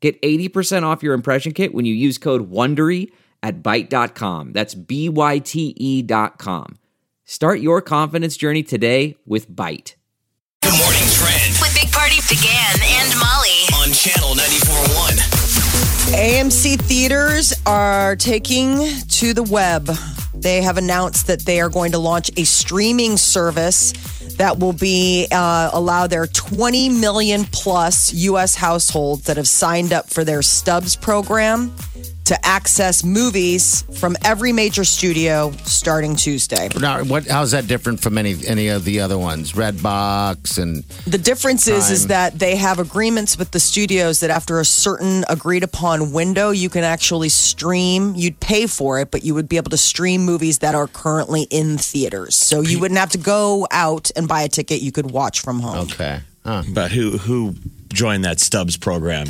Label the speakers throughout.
Speaker 1: Get 80% off your impression kit when you use code WONDERY at Byte.com. That's B-Y-T-E E dot com. Start your confidence journey today with Byte.
Speaker 2: Good morning, Trend
Speaker 3: With Big Party began and Molly.
Speaker 2: on Channel 94.1.
Speaker 4: AMC theaters are taking to the web. They have announced that they are going to launch a streaming service that will be uh, allow their 20 million plus U.S. households that have signed up for their Stubbs program to access movies from every major studio starting Tuesday.
Speaker 5: Now, what? How's that different from any any of the other ones? Redbox and
Speaker 4: The difference is, is that they have agreements with the studios that after a certain agreed upon window, you can actually stream. You'd pay for it, but you would be able to stream movies that are currently in theaters. So you wouldn't have to go out and buy a ticket. You could watch from home.
Speaker 5: okay, huh?
Speaker 6: But who who joined that Stubbs program?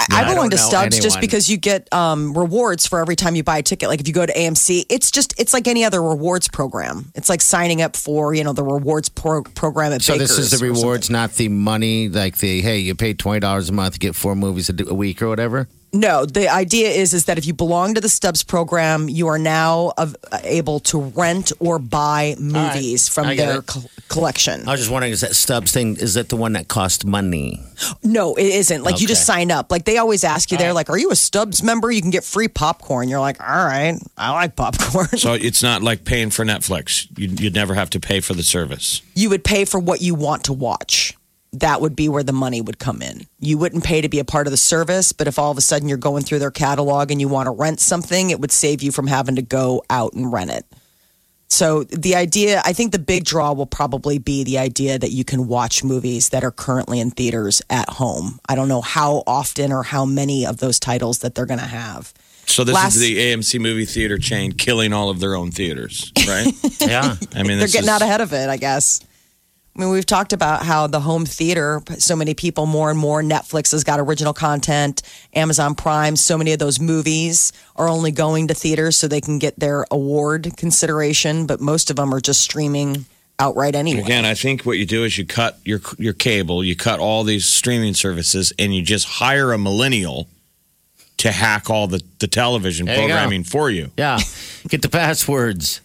Speaker 4: I, I
Speaker 5: I
Speaker 4: belong to
Speaker 5: don't know
Speaker 4: Stubbs just
Speaker 5: anyone.
Speaker 4: because you get um, rewards for every time you buy a ticket. Like if you go to AMC, it's just it's like any other rewards program. It's like signing up for you know the rewards pro- program at
Speaker 5: So this
Speaker 4: Baker's
Speaker 5: is the
Speaker 4: or something.
Speaker 5: rewards, not the money. Like the hey, you pay twenty dollars a month, you get four movies a, d- a week or whatever.
Speaker 4: No, the idea is is that if you belong to the Stubbs program, you are now of, able to rent or buy movies from
Speaker 5: I get
Speaker 4: their
Speaker 5: it. Uh,
Speaker 4: col- collection.
Speaker 5: I was just wondering, is that Stubbs thing? Is that the one that cost money?
Speaker 4: no, it isn't. Like you just
Speaker 5: Okay.
Speaker 4: sign up. Like they always ask you, they're like, "Are you a Stubbs member? You can get free popcorn." You're like, "All right, I like popcorn."
Speaker 6: So it's not like paying for Netflix. You'd, you'd never have to pay for the service.
Speaker 4: you would pay for what you want to watch. That would be where the money would come in. You wouldn't pay to be a part of the service, but if all of a sudden you're going through their catalog and you want to rent something, it would save you from having to go out and rent it. So the idea, I think the big draw will probably be the idea that you can watch movies that are currently in theaters at home. I don't know how often or how many of those titles that they're going to have.
Speaker 6: So this
Speaker 4: Last-
Speaker 6: is the AMC movie theater chain killing all of their own theaters, right?
Speaker 5: Yeah,
Speaker 6: I mean,
Speaker 4: they're
Speaker 6: this
Speaker 4: getting
Speaker 6: is-
Speaker 4: out ahead of it, I guess. I mean, we've talked about how the home theater, so many people more and more, Netflix has got original content, Amazon Prime, so many of those movies are only going to theaters so they can get their award consideration, but most of them are just streaming outright anyway.
Speaker 6: Again, I think what you do is you cut your your cable, you cut all these streaming services, and you just hire a millennial to hack all the, the television
Speaker 5: There you go.
Speaker 6: programming for you.
Speaker 5: yeah. Get the passwords.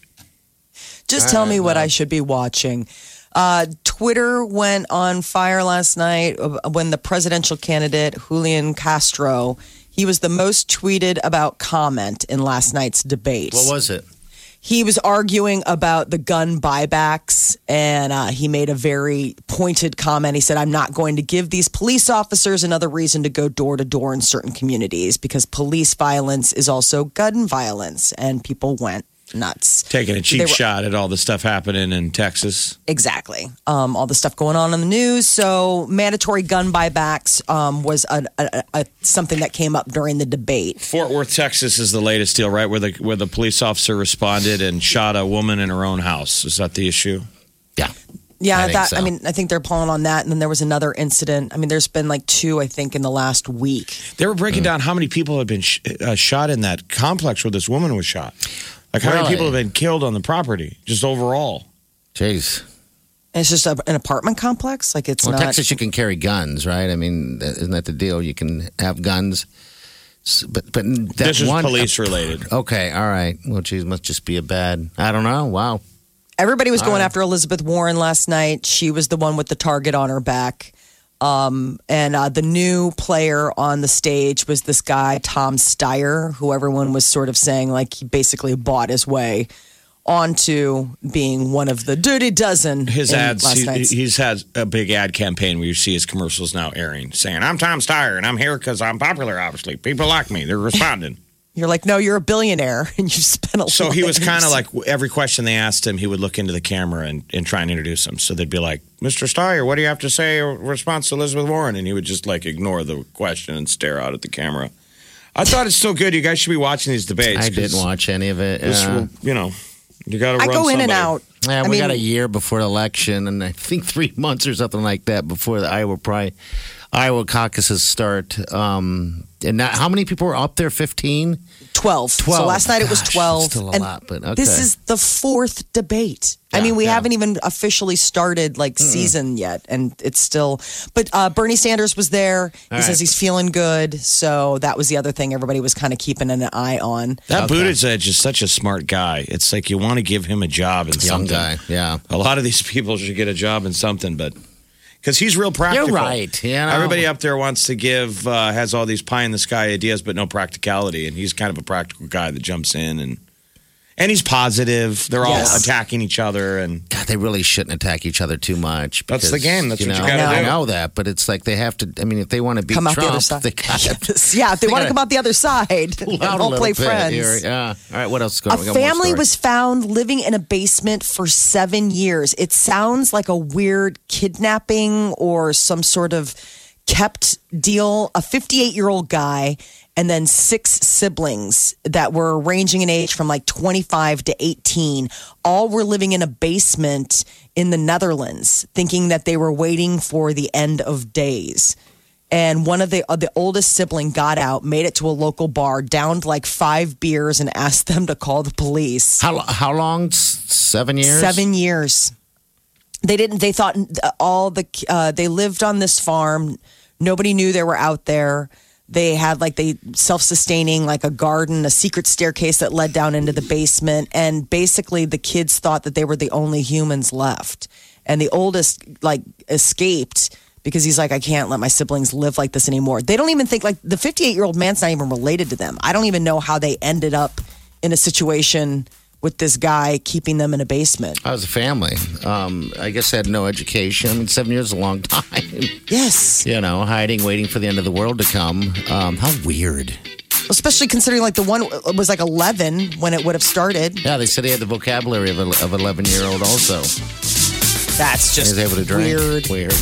Speaker 4: Just tell me what I should be watching. Uh, Twitter went on fire last night uh, when the presidential candidate Julian Castro, he was the most tweeted about comment in last night's debate.
Speaker 5: What was it?
Speaker 4: he was arguing about the gun buybacks and uh, he made a very pointed comment he said i'm not going to give these police officers another reason to go door to door in certain communities because police violence is also gun violence and people went nuts
Speaker 6: Taking a
Speaker 4: They
Speaker 6: cheap
Speaker 4: were-
Speaker 6: shot at all the stuff happening in Texas.
Speaker 4: Exactly. Um, all the stuff going on in the news. So mandatory gun buybacks um, was a, a, a, something that came up during the debate.
Speaker 6: Fort Worth, Texas is the latest deal, right? Where the where the police officer responded and shot a woman in her own house. Is that the issue?
Speaker 5: Yeah.
Speaker 4: Yeah,
Speaker 5: I think
Speaker 4: that
Speaker 5: so.
Speaker 4: I mean, I think they're pulling on that. And then there was another incident. I mean, there's been like two, I think, in the last week.
Speaker 6: They were breaking down how many people had been sh- uh, shot in that complex where this woman was shot. Like how many
Speaker 5: Really?
Speaker 6: people have been killed on the property just overall?
Speaker 5: Jeez.
Speaker 4: And it's just a, an apartment complex. Like it's
Speaker 5: Well,
Speaker 4: not.
Speaker 5: Texas, you can carry guns, right? I mean, that- isn't that the deal? You can have guns. S- But but that
Speaker 6: this is
Speaker 5: one, uh,
Speaker 6: police related.
Speaker 5: Okay, all right. Well, geez, must just be a bad. I don't know. Wow.
Speaker 4: Everybody was going after Elizabeth Warren last night. She was the one with the target on her back. Um, and uh, the new player on the stage was this guy, Tom Steyer, who everyone was sort of saying, like, he basically bought his way onto being one of the dirty dozen.
Speaker 6: His
Speaker 4: in
Speaker 6: ads,
Speaker 4: last
Speaker 6: he,
Speaker 4: night's-
Speaker 6: he's had a big ad campaign where you see his commercials now airing saying, I'm Tom Steyer and I'm here because I'm popular, obviously. People like me. They're responding.
Speaker 4: You're like, no, you're a billionaire, and you spent a
Speaker 6: So
Speaker 4: lot
Speaker 6: he was
Speaker 4: of
Speaker 6: kind of like every question they asked him, he would look into the camera and, and try and introduce him. So they'd be like, Mr. Steyer, what do you have to say in response to Elizabeth Warren? And he would just like ignore the question and stare out at the camera. I thought it's so good. You guys should be watching these debates.
Speaker 5: I
Speaker 6: 'cause
Speaker 5: didn't watch any of it.
Speaker 6: This
Speaker 5: yeah.
Speaker 6: will, you know, you got to.
Speaker 4: I go in and out.
Speaker 5: Yeah,
Speaker 4: I
Speaker 5: we
Speaker 4: mean,
Speaker 5: got a year before the election, and I think three months or something like that before the Iowa pri Iowa caucuses start. Um, and not, how many people were up there? Fifteen.
Speaker 4: 12.
Speaker 5: 12.
Speaker 4: So last night it was
Speaker 5: Gosh,
Speaker 4: 12.
Speaker 5: still a
Speaker 4: and
Speaker 5: lot, but
Speaker 4: This
Speaker 5: okay.
Speaker 4: is the fourth debate. I
Speaker 5: Yeah,
Speaker 4: mean, we
Speaker 5: yeah.
Speaker 4: haven't even officially started like season yet, and it's still. But uh, Bernie Sanders was there. he
Speaker 5: right.
Speaker 4: says he's feeling good. So that was the other thing everybody was kind of keeding an eye on.
Speaker 6: That
Speaker 5: Okay.
Speaker 6: Buttigieg is such a smart guy. It's like you want to give him a job in
Speaker 5: Young
Speaker 6: something.
Speaker 5: guy. Yeah.
Speaker 6: A lot of these people should get a job in something, but because he's real practical.
Speaker 5: You're right, you know.
Speaker 6: Everybody up there wants to give, uh, has all these pie in the sky ideas, but no practicality. And he's kind of a practical guy that jumps in and and he's positive. They're all
Speaker 4: Yes.
Speaker 6: attacking each other, and
Speaker 5: God, they really shouldn't attack each other too much.
Speaker 6: That's the game. That's
Speaker 5: you
Speaker 6: what you
Speaker 5: know,
Speaker 6: gotta
Speaker 5: I
Speaker 6: do.
Speaker 5: know that, but it's like they have to. I mean, if they want to beat
Speaker 4: Come out the
Speaker 5: Trump,
Speaker 4: other side.
Speaker 5: they got to
Speaker 4: yeah, if they,
Speaker 5: They
Speaker 4: want
Speaker 5: gotta
Speaker 4: to come out the other side,
Speaker 5: pull out a
Speaker 4: don't
Speaker 5: little
Speaker 4: play
Speaker 5: bit
Speaker 4: friends.
Speaker 5: here. Yeah. All right. What else is going
Speaker 4: A
Speaker 5: on? We got more
Speaker 4: family
Speaker 5: stories.
Speaker 4: was found living in a basement for seven years. It sounds like a weird kidnapping or some sort of kept deal. A 58 year old guy and then six siblings that were ranging in age from like 25 to 18 all were living in a basement in the Netherlands, thinking that they were waiting for the end of days and one of the uh, the oldest sibling got out, made it to a local bar, downed like five beers, and asked them to call the police.
Speaker 5: how how long? S- Seven years.
Speaker 4: Seven years. They didn't. They thought uh, all the uh, they lived on this farm. Nobody knew they were out there. They had like they self sustaining like a garden, a secret staircase that led down into the basement, and basically the kids thought that they were the only humans left. And the oldest like escaped because he's like, I can't let my siblings live like this anymore. They don't even think like the 58 year old man's not even related to them. I don't even know how they ended up in a situation with this guy keeping them in a basement.
Speaker 5: I was a family. Um, I guess I had no education. I mean, seven years is a long time.
Speaker 4: Yes.
Speaker 5: you know, hiding, waiting for the end of the world to come. Um, how weird.
Speaker 4: Especially considering like the one uh, was like 11 when it would have started.
Speaker 5: Yeah, they said he had the vocabulary of a- of an 11 year old also.
Speaker 4: That's
Speaker 5: He
Speaker 4: just
Speaker 5: was able to drink.
Speaker 4: weird.
Speaker 5: Weird.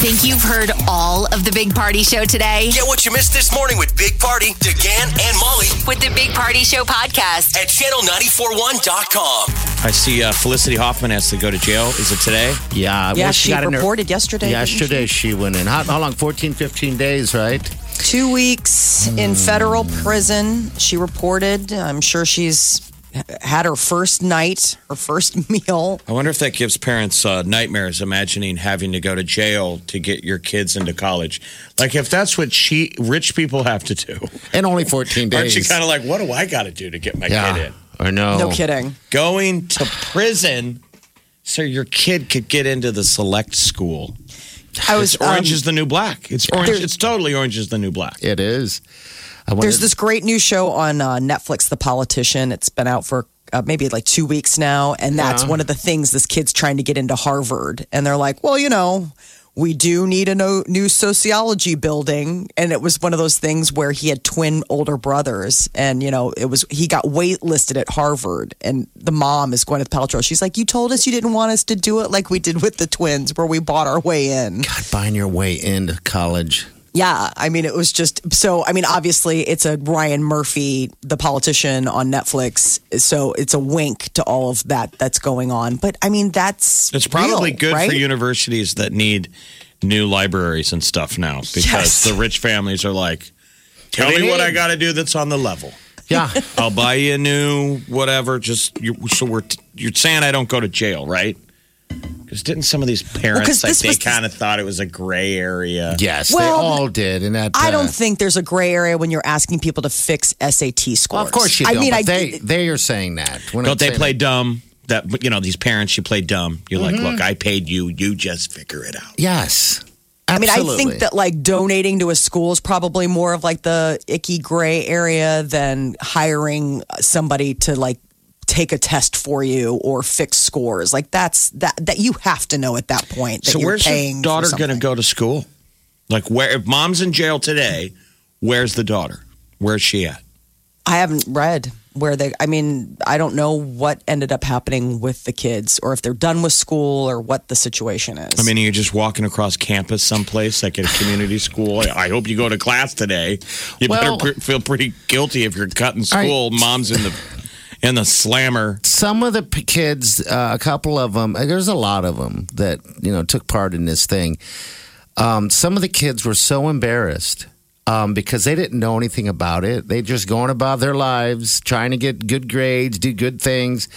Speaker 3: Think you've heard all of the Big Party Show today
Speaker 2: Get what you missed this morning with Big Party, DeGan, and Molly
Speaker 3: with the Big Party Show podcast.
Speaker 2: at channel941.com.
Speaker 6: I see uh, Felicity Hoffman has to go to jail. Is it today?
Speaker 5: Yeah.
Speaker 4: Yeah,
Speaker 5: well,
Speaker 4: she,
Speaker 5: got in her-
Speaker 4: reported yesterday. didn't she?
Speaker 5: Yesterday she went in. How, how long? 14, 15 days, right?
Speaker 4: Two weeks
Speaker 5: Hmm.
Speaker 4: in federal prison, she reported. I'm sure she's had her first night, her first meal.
Speaker 6: I wonder if that gives parents uh, nightmares imagining having to go to jail to get your kids into college. Like if that's what she rich people have to do,
Speaker 5: And only 14 days.
Speaker 6: aren't you kind of like, what do I got to do to get my kid
Speaker 5: yeah.
Speaker 6: in?
Speaker 5: Or no.
Speaker 4: No kidding.
Speaker 6: Going to prison so your kid could get into the select school.
Speaker 4: I was
Speaker 6: It's orange
Speaker 4: um,
Speaker 6: is the new black. It's orange.
Speaker 4: There's-
Speaker 6: It's totally orange is the new black.
Speaker 5: It is. I
Speaker 4: There's
Speaker 5: wondered-
Speaker 4: this great new show on uh, Netflix, The Politician. It's been out for uh, maybe like two weeks now, and that's one of the things this kid's trying to get into Harvard, and they're like, well, you know. We do need a no, new sociology building, and it was one of those things where he had twin older brothers, and you know it was he got waitlisted at Harvard, and the mom is Gwyneth Paltrow. She's like, "You told us you didn't want us to do it like we did with the twins, where we bought our way in."
Speaker 5: God, buying your way into college.
Speaker 4: Yeah, I mean, it was just so. I mean, obviously, it's a Ryan Murphy, the politician on Netflix. So it's a wink to all of that that's going on. But I mean, that's
Speaker 6: It's probably
Speaker 4: real,
Speaker 6: good
Speaker 4: right?
Speaker 6: for universities that need new libraries and stuff now because
Speaker 4: Yes.
Speaker 6: the rich families are like, tell me what I got to do that's on the level.
Speaker 5: Yeah.
Speaker 6: I'll buy you a new whatever. Just you, so we're you're saying I don't go to jail, right? Because didn't some of these parents
Speaker 4: 'cause
Speaker 6: like
Speaker 4: this
Speaker 6: they
Speaker 4: was-
Speaker 6: kind of thought it was a gray area?
Speaker 5: yes.
Speaker 4: Well,
Speaker 5: they all did. And that,
Speaker 4: I
Speaker 5: uh,
Speaker 4: don't think there's a gray area when you're asking people to fix SAT scores.
Speaker 5: Well, of course you do
Speaker 4: I mean, I
Speaker 5: they, they are saying that. When
Speaker 6: Don't
Speaker 5: I
Speaker 6: they
Speaker 5: say-
Speaker 6: play dumb? That you know these parents, you play dumb. You're like, look, I paid you. You just figure it out.
Speaker 5: Yes.
Speaker 4: I mean, I
Speaker 5: Absolutely.
Speaker 4: think that like donating to a school is probably more of like the icky gray area than hiring somebody to like take a test for you or fix scores. Like that's that that you have to know at that point that
Speaker 6: so
Speaker 4: you're
Speaker 6: where's your
Speaker 4: paying for
Speaker 6: daughter going to
Speaker 4: something.
Speaker 6: go to school? Like, where if mom's in jail today, where's the daughter? Where's she at?
Speaker 4: I haven't read where they, I mean, I don't know what ended up happening with the kids or if they're done with school or what the situation is.
Speaker 6: I mean, you're just walking across campus someplace, like at a community school. I I hope you go to class today. You
Speaker 5: Well-
Speaker 6: better pre- feel pretty guilty if you're cutting
Speaker 5: right.
Speaker 6: school. Mom's in the in the slammer.
Speaker 5: some of the p- kids, uh, a couple of them, there's a lot of them that you know took part in this thing. Um, some of the kids were so embarrassed um, because they didn't know anything about it. They just going about their lives, trying to get good grades, do good things.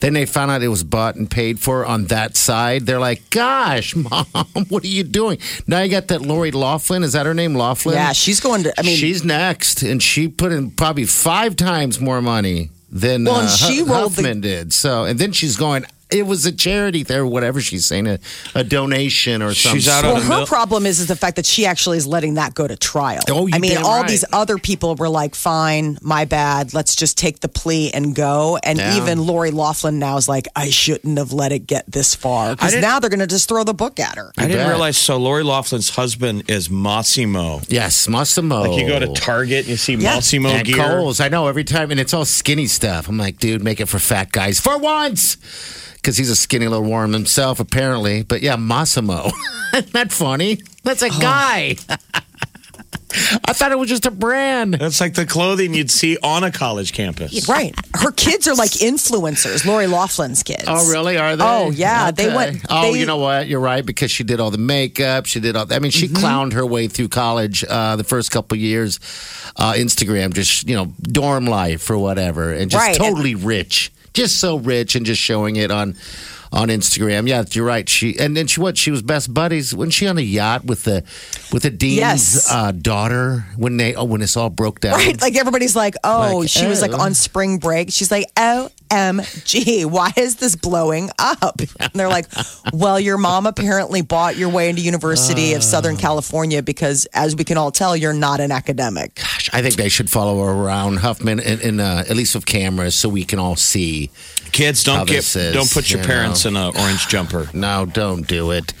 Speaker 5: Then they found out it was bought and paid for on that side. They're like, "Gosh, mom, what are you doing?" Now you got that Lori Laughlin. Is that her name, Laughlin?
Speaker 4: yeah, she's going to, I mean,
Speaker 5: she's next, and she put in probably five times more money than
Speaker 4: Well,
Speaker 5: uh,
Speaker 4: and she
Speaker 5: Hu-
Speaker 4: rolled the-
Speaker 5: Huffman did. So, and then she's going. It was a charity there, whatever she's saying, a, a donation or something.
Speaker 6: She's out
Speaker 4: well,
Speaker 6: on
Speaker 4: her
Speaker 6: the mil-
Speaker 4: problem is, is the fact that she actually is letting that go to trial.
Speaker 5: Oh, you
Speaker 4: I mean,
Speaker 5: damn
Speaker 4: all
Speaker 5: right.
Speaker 4: these other people were like, fine, my bad. Let's just take the plea and go. And
Speaker 5: Yeah.
Speaker 4: even Lori Laughlin now is like, I shouldn't have let it get this far.
Speaker 6: I
Speaker 4: Because
Speaker 6: didn't-
Speaker 4: now they're going to just throw the book at her.
Speaker 6: I didn't
Speaker 5: bet.
Speaker 6: realize. So Lori Laughlin's husband is Massimo.
Speaker 5: yes, Massimo.
Speaker 6: Like you go to Target and you see
Speaker 4: Yeah.
Speaker 6: Massimo
Speaker 5: Oh. and
Speaker 6: gear.
Speaker 5: Kohl's. I know every time, and it's all skinny stuff. I'm like, dude, make it for fat guys for once, because he's a skinny little worm himself, apparently. But yeah, Massimo. Isn't that funny? That's
Speaker 6: Oh.
Speaker 5: a guy. I thought it was just a brand.
Speaker 6: That's like the clothing you'd see on a college campus.
Speaker 4: Right. Her kids are like influencers, Lori Laughlin's kids.
Speaker 5: Oh, really? Are they?
Speaker 4: Oh, yeah, they went-
Speaker 5: Oh,
Speaker 4: they-
Speaker 5: you know what? You're right because she did all the makeup. She did all. I mean, she
Speaker 4: Mm-hmm.
Speaker 5: clowned her way through college uh, the first couple years. Uh, Instagram, just you know, dorm life or whatever, and just
Speaker 4: Right.
Speaker 5: totally rich, just so rich, and just showing it on on Instagram. Yeah, you're right. She and then she what? She was best buddies. Wasn't she on a yacht with the with the dean's
Speaker 4: Yes.
Speaker 5: uh, daughter when they oh, when this all broke down?
Speaker 4: Right? Like everybody's like, oh,
Speaker 5: Like,
Speaker 4: she was like
Speaker 5: oh.
Speaker 4: on spring break. She's like, OMG, why is this blowing up? And they're like, well, your mom apparently bought your way into University of Southern
Speaker 5: Uh.
Speaker 4: California because, as we can all tell, you're not an academic.
Speaker 5: Gosh, I think they should follow her around Huffman in, in uh, at least with cameras so we can all see.
Speaker 6: Kids, don't
Speaker 5: How
Speaker 6: get
Speaker 5: this is,
Speaker 6: don't put your
Speaker 5: you
Speaker 6: parents
Speaker 5: know.
Speaker 6: in an orange jumper.
Speaker 5: No, don't do it.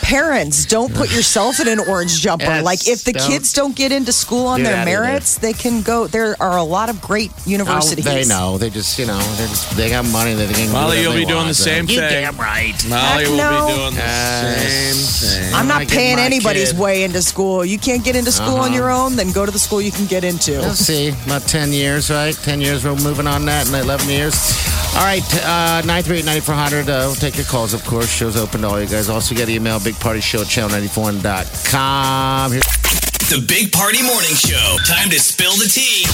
Speaker 4: Parents, don't put yourself in an orange jumper.
Speaker 5: Yes,
Speaker 4: like, if the
Speaker 5: don't
Speaker 4: kids don't get into school on
Speaker 5: do
Speaker 4: their
Speaker 5: that either.
Speaker 4: merits, they can go. There are a lot of great
Speaker 5: Oh,
Speaker 4: universities.
Speaker 5: they know. They just, you know, they're just, they got money that they can. do
Speaker 6: Molly,
Speaker 5: whatever
Speaker 6: you'll
Speaker 5: they
Speaker 6: be doing
Speaker 5: want,
Speaker 6: the same
Speaker 5: so. You
Speaker 6: thing.
Speaker 5: damn right.
Speaker 6: Molly
Speaker 4: Heck
Speaker 6: will
Speaker 4: no.
Speaker 6: be doing the same thing.
Speaker 4: I'm
Speaker 5: I
Speaker 4: not
Speaker 5: give
Speaker 4: paying
Speaker 5: my
Speaker 4: anybody's
Speaker 5: kid- Uh-huh.
Speaker 4: way into school. You can't get into school on your own, then go to the school you can get into.
Speaker 5: We'll see. About 10 years, right? 10 years, we're moving on that, and 11 years. All right, uh, 938-9400. Uh, we'll take your calls, of course. Show's open to all you guys. Also, get email, bigpartyshow at channel94.com. Here's
Speaker 2: The Big Party Morning Show. Time to spill the tea.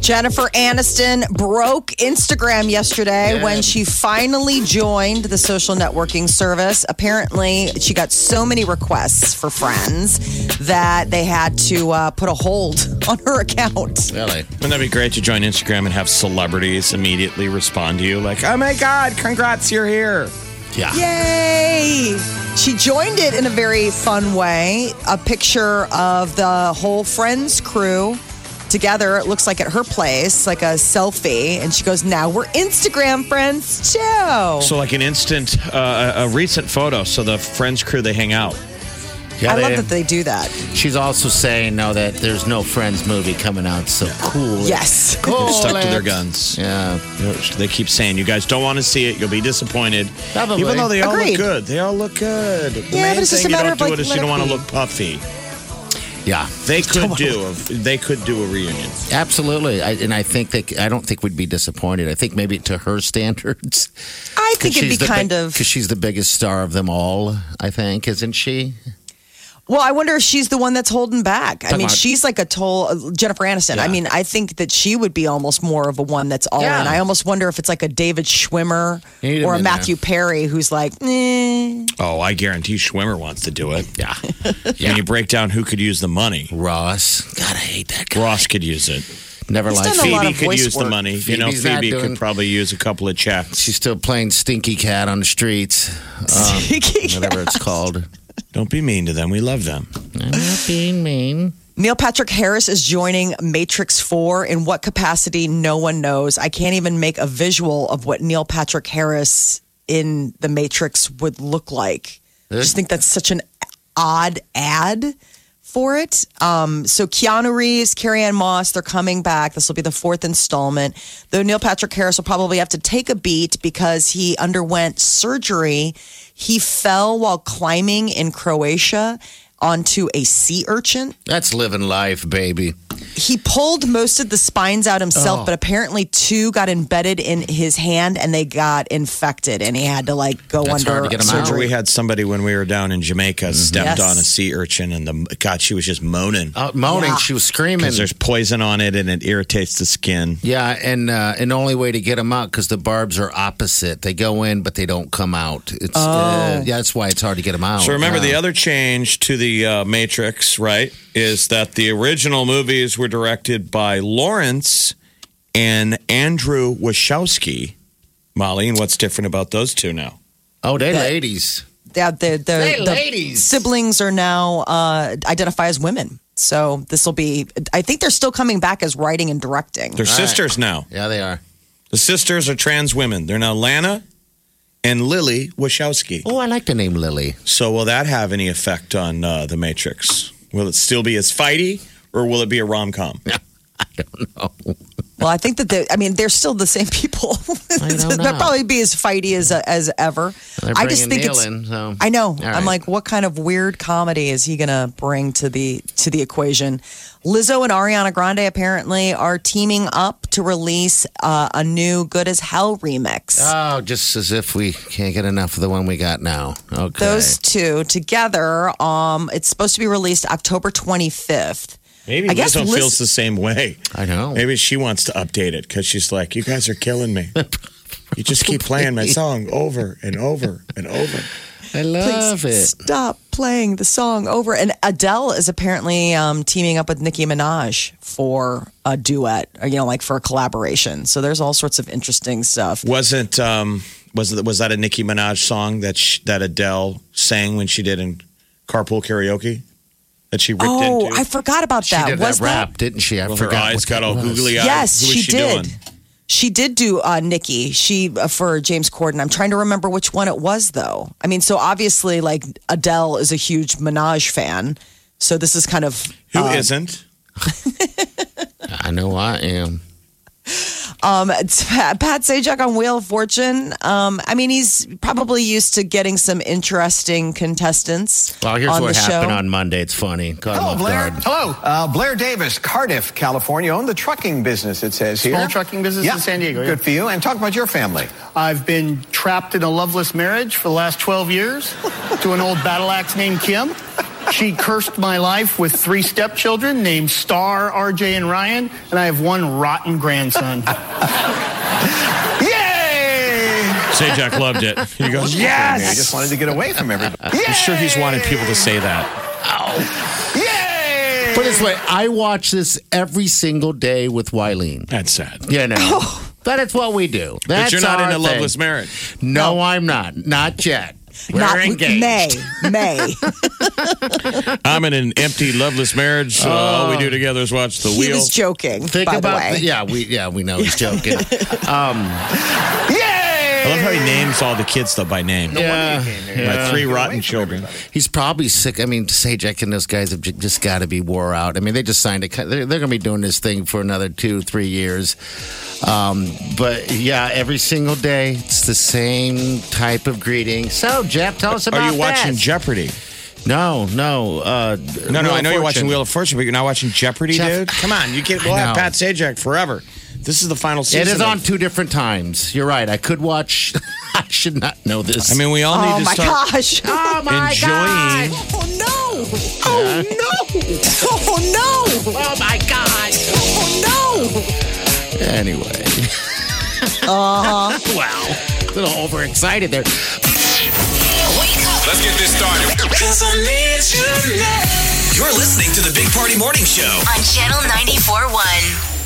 Speaker 4: Jennifer Aniston broke Instagram yesterday when she finally joined the social networking service. Apparently, she got so many requests for friends that they had to uh, put a hold on her account.
Speaker 5: Ellie.
Speaker 6: Wouldn't that be great to join Instagram and have celebrities immediately respond to you like, "Oh my God, congrats, you're here."
Speaker 5: Yeah.
Speaker 4: Yay! She joined it in a very fun way. A picture of the whole Friends crew together. It looks like at her place, like a selfie. And she goes, Now we're Instagram friends too.
Speaker 6: So like an instant, uh, a, a recent photo. So the friends crew they hang out.
Speaker 5: Yeah,
Speaker 4: I love
Speaker 5: they-
Speaker 4: that they do that.
Speaker 5: She's also saying, though, that there's no Friends movie coming out, so cool. it.
Speaker 4: Yes.
Speaker 5: Cool.
Speaker 6: They're stuck to their
Speaker 5: it.
Speaker 6: guns.
Speaker 5: Yeah.
Speaker 6: They keep saying, "You guys don't want to see it. You'll be disappointed."
Speaker 5: Probably.
Speaker 6: Even though they all
Speaker 4: Agreed.
Speaker 6: look good, they all look good. The
Speaker 4: Yeah,
Speaker 6: main
Speaker 4: but it's just
Speaker 6: thing
Speaker 4: a matter
Speaker 6: you
Speaker 4: of,
Speaker 6: don't do
Speaker 4: like,
Speaker 6: it is you
Speaker 4: let
Speaker 6: don't
Speaker 4: it
Speaker 6: want to
Speaker 4: be.
Speaker 6: look puffy.
Speaker 5: Yeah.
Speaker 6: They could do. A, they could do a reunion.
Speaker 5: Absolutely, I, and I think that I don't think we'd be disappointed. I think maybe to her standards,
Speaker 4: I think it'd be kind of.
Speaker 5: because she's the biggest star of them all. I think, isn't she?
Speaker 4: Well, I wonder if she's the one that's holding back. I
Speaker 5: Talking
Speaker 4: mean,
Speaker 5: about-
Speaker 4: she's like a toll Jennifer Aniston. I
Speaker 5: Yeah.
Speaker 4: mean, I think that she would be almost more of a one that's all
Speaker 5: Yeah.
Speaker 4: in. I almost wonder if it's like a David Schwimmer
Speaker 5: You need him
Speaker 4: or a
Speaker 5: in there.
Speaker 4: Matthew Perry who's like,
Speaker 5: Um,
Speaker 4: eh.
Speaker 6: Oh, I guarantee Schwimmer wants to do it.
Speaker 5: Yeah,
Speaker 6: When you break down who could use the money,
Speaker 5: Ross. God, I hate that guy.
Speaker 6: Ross could use it.
Speaker 5: Never
Speaker 4: He's
Speaker 5: liked
Speaker 4: done a lot
Speaker 5: Phoebe.
Speaker 6: Phoebe
Speaker 4: of
Speaker 6: could
Speaker 4: voice
Speaker 6: use the
Speaker 4: work.
Speaker 6: money. you know,
Speaker 5: Phoebe's not
Speaker 6: Phoebe
Speaker 5: doing-
Speaker 6: could probably use a couple of checks.
Speaker 5: She's still playing Stinky Cat on the streets, um,
Speaker 4: Stinky
Speaker 5: whatever it's called.
Speaker 6: Don't be mean to them. We love them.
Speaker 5: I'm not being mean.
Speaker 4: Neil Patrick Harris is joining Matrix 4 in what capacity no one knows. I can't even make a visual of what Neil Patrick Harris in the Matrix would look like. I just think that's such an odd ad for it. Um, so Keanu Reeves, Carrie Ann Moss, they're coming back. This will be the fourth installment. Though Neil Patrick Harris will probably have to take a beat because he underwent surgery. He fell while climbing in Croatia onto a sea urchin.
Speaker 5: That's living life, baby.
Speaker 4: He pulled most of the spines out
Speaker 5: Oh.
Speaker 4: himself, but apparently two got embedded in his hand and they got infected, and he had to like go
Speaker 5: That's
Speaker 4: under
Speaker 5: hard to get 'em out.
Speaker 6: Remember
Speaker 4: surgery.
Speaker 6: we had somebody when we were down in Jamaica stepped
Speaker 4: Mm-hmm. Yes.
Speaker 6: on a sea urchin, and the God, she was just moaning
Speaker 5: Out Uh, moaning,
Speaker 4: Yeah.
Speaker 5: she was screaming.
Speaker 6: because there's poison on it, and it irritates the skin.
Speaker 5: Yeah, and uh, and the only way to get them out because the barbs are opposite. They go in, but they don't come out. It's
Speaker 4: Oh.
Speaker 5: uh, yeah, that's why it's hard to get them out.
Speaker 6: So remember, the
Speaker 5: Yeah.
Speaker 6: other change to the uh, Matrix, right, is that the original movies were directed by Lawrence and Andrew Wachowski. Molly, and what's different about those two now?
Speaker 5: oh, they
Speaker 4: That-
Speaker 5: ladies.
Speaker 4: Yeah, the, the,
Speaker 5: Hey,
Speaker 4: the
Speaker 5: ladies.
Speaker 4: siblings are now uh, identify as women. So this will be. I think they're still coming back as writing and directing.
Speaker 6: They're
Speaker 5: right.
Speaker 6: sisters now.
Speaker 5: Yeah, they are.
Speaker 6: The sisters are trans women. They're now Lana and Lily Wachowski.
Speaker 5: Oh, I like the name Lily.
Speaker 6: So will that have any effect on uh, the Matrix? Will it still be as fighty, or will it be a rom com?
Speaker 4: Well, I think that they. I mean, they're still the same people.
Speaker 5: I don't
Speaker 4: They'll
Speaker 5: know.
Speaker 4: probably be as fighty as uh, as ever.
Speaker 5: They're
Speaker 4: I just think
Speaker 5: bringing Neil
Speaker 4: it's.
Speaker 5: in, so-
Speaker 4: I know.
Speaker 5: All
Speaker 4: I'm
Speaker 5: right.
Speaker 4: like, what kind of weird comedy is he going to bring to the to the equation? Lizzo and Ariana Grande apparently are teaming up to release uh, a new "Good as Hell" remix.
Speaker 5: Oh, just as if we can't get enough of the one we got now. Okay.
Speaker 4: Those two together, um, it's supposed to be released October 25th.
Speaker 6: Maybe
Speaker 4: I guess
Speaker 6: Lizzo
Speaker 4: Liz-
Speaker 6: feels the same way.
Speaker 5: I know.
Speaker 6: Maybe she wants to update it because she's like, "You guys are killing me. You just keep playing my song over and over and over."
Speaker 5: I love
Speaker 4: Please
Speaker 5: it.
Speaker 4: Stop playing the song over. And Adele is apparently um, teaming up with Nicki Minaj for a duet, or, you know, like for a collaboration. So there's all sorts of interesting stuff.
Speaker 6: Wasn't um was it, was that a Nicki Minaj song that sh- that Adele sang when she did in Carpool Karaoke that she ripped
Speaker 4: Oh,
Speaker 6: into?
Speaker 4: I forgot about
Speaker 5: She
Speaker 4: that.
Speaker 5: did
Speaker 4: Was
Speaker 5: that rap, didn't she? I
Speaker 6: Well, her
Speaker 5: forgot.
Speaker 6: eyes
Speaker 5: what
Speaker 6: got
Speaker 5: that
Speaker 6: all
Speaker 5: was.
Speaker 6: googly eyed.
Speaker 4: Yes,
Speaker 6: Who was
Speaker 4: she, did.
Speaker 6: doing?
Speaker 4: She did do uh, Nikki. She uh, for James Corden. I'm trying to remember which one it was though. I mean, so obviously, like Adele is a huge Minaj fan, so this is kind of
Speaker 6: Who
Speaker 4: uh,
Speaker 6: not
Speaker 5: I know I am.
Speaker 4: Um, it's Pat, Pat Sajak on Wheel of Fortune. Um, I mean, he's probably used to getting some interesting contestants
Speaker 5: Well, here's
Speaker 4: on
Speaker 5: what
Speaker 4: the
Speaker 5: happened
Speaker 4: show.
Speaker 5: on Monday. It's funny. Caught him
Speaker 7: Oh,
Speaker 8: Hello,
Speaker 5: off
Speaker 8: Blair.
Speaker 5: guard.
Speaker 8: Hello, uh, Blair Davis, Cardiff, California, owned the trucking business. It says here,
Speaker 7: Small trucking business
Speaker 8: Yeah.
Speaker 7: in San Diego, yeah.
Speaker 8: Good for you. And talk about your family.
Speaker 7: I've been trapped in a loveless marriage for the last 12 years to an old battle axe named Kim. She cursed my life with three stepchildren named Star, RJ, and Ryan, and I have one rotten grandson.
Speaker 8: Yay!
Speaker 6: Sajak loved it. He goes,
Speaker 8: I just wanted to get away from everybody. Yay!
Speaker 6: I'm sure he's wanted people to say that. Oh,
Speaker 8: Yay!
Speaker 5: Put it this way, I watch this every single day with Wileen.
Speaker 6: That's sad.
Speaker 5: You know,
Speaker 4: Oh.
Speaker 5: but it's what we do.
Speaker 6: but
Speaker 5: That's
Speaker 6: you're not in
Speaker 5: our
Speaker 6: a
Speaker 5: thing.
Speaker 6: loveless marriage.
Speaker 5: No, I'm not. Not yet. We're
Speaker 4: Not
Speaker 5: engaged.
Speaker 4: May. May.
Speaker 6: I'm in an empty, loveless marriage. So all we
Speaker 5: Oh.
Speaker 6: do together is watch the
Speaker 4: he
Speaker 6: wheel.
Speaker 4: was joking.
Speaker 5: Think
Speaker 4: by
Speaker 5: about
Speaker 4: the way.
Speaker 5: the- yeah, we yeah we know he's joking.
Speaker 6: I love
Speaker 8: Yay!
Speaker 6: how he names all the kids though by name.
Speaker 5: yeah,
Speaker 6: My three rotten children.
Speaker 5: he's probably sick. I mean, Sajak and those guys have j- just got to be wore out. I mean, they just signed a. co- They're, they're going to be doing this thing for another two, three years. Um, but yeah, every single day it's the same type of greeting. So Jeff, tell us about.
Speaker 6: Are you watching
Speaker 5: this.
Speaker 6: Jeopardy?
Speaker 5: No, no, uh,
Speaker 6: No, no,
Speaker 5: Wheel
Speaker 6: I know
Speaker 5: of
Speaker 6: you're watching
Speaker 5: Fortune.
Speaker 6: Wheel of Fortune, but you're not watching Jeopardy,
Speaker 5: Jeff-
Speaker 6: dude. Come on, you can't. We'll
Speaker 5: I
Speaker 6: have
Speaker 5: know.
Speaker 6: Pat Sajak forever. This is the final season.
Speaker 5: It is
Speaker 6: of-
Speaker 5: on two different times. You're right. I could watch. I should not know this.
Speaker 6: I mean, we all need
Speaker 4: Oh
Speaker 6: to
Speaker 4: my
Speaker 6: start
Speaker 4: gosh.
Speaker 5: oh my
Speaker 6: enjoying.
Speaker 5: god!
Speaker 4: Oh no! Oh no! Oh no!
Speaker 5: Oh my god!
Speaker 4: Oh
Speaker 5: Anyway. Uh huh. wow. A little overexcited there.
Speaker 2: Let's get this started. You're listening to the Big Party Morning Show.
Speaker 3: on Channel 94.1.